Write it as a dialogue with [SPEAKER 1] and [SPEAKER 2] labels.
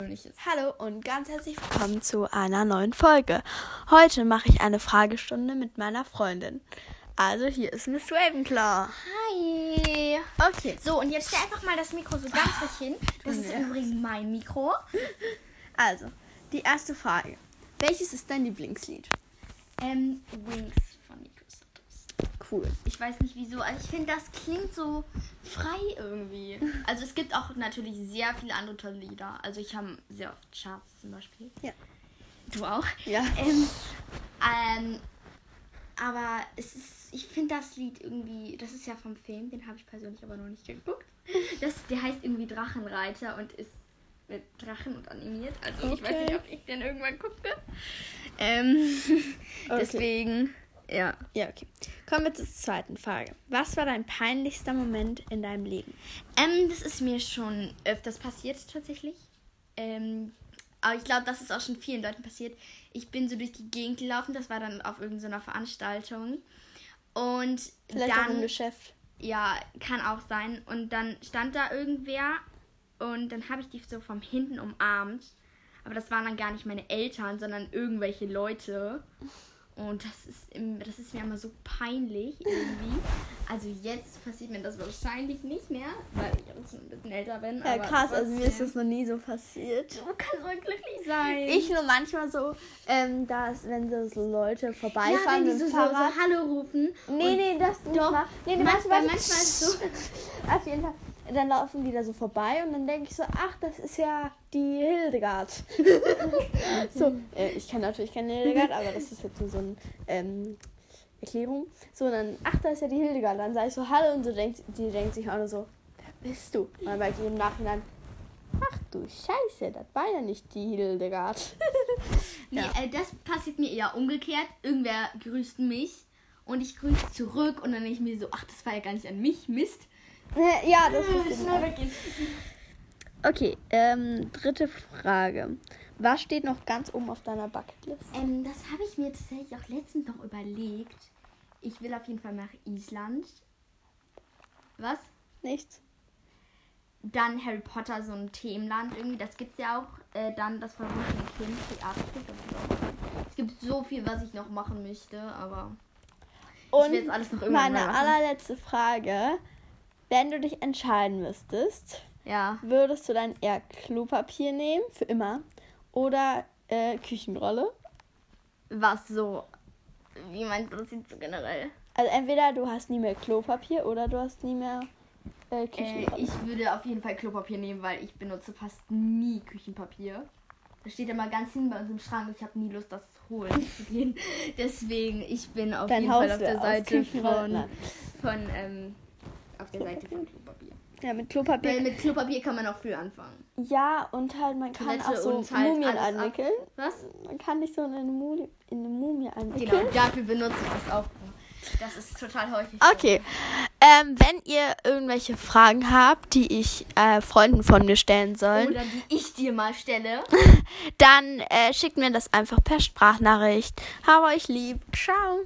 [SPEAKER 1] Ähnliches. Hallo und ganz herzlich willkommen zu einer neuen Folge. Heute mache ich eine Fragestunde mit meiner Freundin. Also hier ist Miss Ravenclaw.
[SPEAKER 2] Hi.
[SPEAKER 1] Okay.
[SPEAKER 2] So, und jetzt stell einfach mal das Mikro so ganz ruhig hin. Das ist im Übrigen mein Mikro.
[SPEAKER 1] Also, die erste Frage. Welches ist dein Lieblingslied?
[SPEAKER 2] Ähm, Wings von Nico Santos.
[SPEAKER 1] Cool.
[SPEAKER 2] Ich weiß nicht wieso, also ich finde, das klingt so frei irgendwie. Also es gibt auch natürlich sehr viele andere tolle Lieder. Also ich habe sehr oft Charts zum Beispiel.
[SPEAKER 1] Ja.
[SPEAKER 2] Du auch?
[SPEAKER 1] Ja.
[SPEAKER 2] Ähm, ähm, aber es ist, ich finde das Lied irgendwie, das ist ja vom Film, den habe ich persönlich aber noch nicht geguckt. Das, der heißt irgendwie Drachenreiter und ist mit Drachen und animiert. Also ich weiß nicht,
[SPEAKER 1] Okay.
[SPEAKER 2] ob ich den irgendwann gucke. Ähm,
[SPEAKER 1] Okay.
[SPEAKER 2] deswegen, ja.
[SPEAKER 1] Ja, okay. Kommen wir zur zweiten Frage. Was war dein peinlichster Moment in deinem Leben?
[SPEAKER 2] Ähm, das ist mir schon öfters passiert tatsächlich. Ähm, aber ich glaube, das ist auch schon vielen Leuten passiert. Ich bin so durch die Gegend gelaufen, das war dann auf irgendeiner Veranstaltung. Und
[SPEAKER 1] Vielleicht auch im
[SPEAKER 2] dann,
[SPEAKER 1] Geschäft.
[SPEAKER 2] ja, kann auch sein. Und dann stand da irgendwer und dann habe ich die so von hinten umarmt. Aber das waren dann gar nicht meine Eltern, sondern irgendwelche Leute. Und das ist, im, das ist mir immer so peinlich irgendwie. Also jetzt passiert mir das wahrscheinlich nicht mehr, weil ich auch schon ein bisschen älter bin.
[SPEAKER 1] Ja,
[SPEAKER 2] aber
[SPEAKER 1] krass. Also mir ist
[SPEAKER 2] trotzdem.
[SPEAKER 1] das noch nie so passiert.
[SPEAKER 2] Du kannst wohl glücklich sein.
[SPEAKER 1] Ich nur manchmal so, ähm, dass, wenn so- so Leute
[SPEAKER 2] ja,
[SPEAKER 1] vorbeifahren
[SPEAKER 2] wenn die
[SPEAKER 1] mit
[SPEAKER 2] so,
[SPEAKER 1] dem
[SPEAKER 2] so, so
[SPEAKER 1] Fahrrad.
[SPEAKER 2] Hallo rufen.
[SPEAKER 1] nee, nee, das nicht
[SPEAKER 2] Doch,
[SPEAKER 1] mal. Nee, nee,
[SPEAKER 2] manchmal-
[SPEAKER 1] warte, warte.
[SPEAKER 2] manchmal ist so-
[SPEAKER 1] Auf jeden Fall. Dann laufen die da so vorbei und dann denke ich so, ach, das ist ja die Hildegard. so, äh, ich kenne natürlich keine Hildegard, aber das ist jetzt nur so eine ähm, Erklärung. So, und dann, ach, da ist ja die Hildegard. Dann sage ich so, hallo und so denkt, die denkt sich auch nur so, wer bist du? Und dann bei ich im Nachhinein, ach du Scheiße, das war ja nicht die Hildegard.
[SPEAKER 2] Nee,
[SPEAKER 1] Ja.
[SPEAKER 2] äh, das passiert mir eher umgekehrt. Irgendwer grüßt mich und ich grüße zurück und dann denke ich mir so, ach, das war ja gar nicht an mich, Mist.
[SPEAKER 1] ja, das
[SPEAKER 2] Äh,
[SPEAKER 1] ist
[SPEAKER 2] schnell weggehen.
[SPEAKER 1] Okay, ähm, dritte Frage. Was steht noch ganz oben auf deiner Bucketlist?
[SPEAKER 2] Ähm, das habe ich mir tatsächlich auch letztens noch überlegt. Ich will auf jeden Fall nach Island. Was?
[SPEAKER 1] Nichts.
[SPEAKER 2] Dann Harry Potter, so ein Themenland irgendwie. Das gibt's ja auch. Äh, dann das verbotene Kind, Theaterstück. das ist auch- Es gibt so viel, was ich noch machen möchte, aber
[SPEAKER 1] Und
[SPEAKER 2] will jetzt alles noch irgendwann
[SPEAKER 1] meine
[SPEAKER 2] mal machen.
[SPEAKER 1] allerletzte Frage. Wenn du dich entscheiden müsstest,
[SPEAKER 2] ja.
[SPEAKER 1] würdest du dann eher Klopapier nehmen, für immer, oder äh, Küchenrolle?
[SPEAKER 2] Was so? Wie meinst du das jetzt so generell?
[SPEAKER 1] Also entweder du hast nie mehr Klopapier oder du hast nie mehr äh,
[SPEAKER 2] Äh,
[SPEAKER 1] Küchenrolle.
[SPEAKER 2] ich würde auf jeden Fall Klopapier nehmen, weil ich benutze fast nie Küchenpapier. Das steht immer ganz hin bei uns im Schrank. Ich habe nie Lust, das holen zu gehen. Deswegen, ich bin auf
[SPEAKER 1] Dein
[SPEAKER 2] jeden
[SPEAKER 1] Haus
[SPEAKER 2] Fall auf der
[SPEAKER 1] wär aus
[SPEAKER 2] Seite
[SPEAKER 1] Küchenrolle.
[SPEAKER 2] von,
[SPEAKER 1] Nein.
[SPEAKER 2] von ähm, auf der Seite von Klopapier.
[SPEAKER 1] ja, mit
[SPEAKER 2] Weil
[SPEAKER 1] Klopapier.
[SPEAKER 2] mit Klopapier kann man auch früh anfangen.
[SPEAKER 1] Ja, und halt, man kann
[SPEAKER 2] Toilette
[SPEAKER 1] auch
[SPEAKER 2] und
[SPEAKER 1] so
[SPEAKER 2] halt
[SPEAKER 1] Mumien
[SPEAKER 2] alles ab.
[SPEAKER 1] anwickeln.
[SPEAKER 2] Was?
[SPEAKER 1] Man kann dich so in eine, Mumie, in eine Mumie anwickeln.
[SPEAKER 2] Genau, dafür benutze ich das auch. Das ist total häufig. so.
[SPEAKER 1] Okay. Ähm, wenn ihr irgendwelche Fragen habt, die ich äh, Freunden von mir stellen soll,
[SPEAKER 2] Oder die ich dir mal stelle.
[SPEAKER 1] dann äh, schickt mir das einfach per Sprachnachricht. Habe euch lieb. Ciao.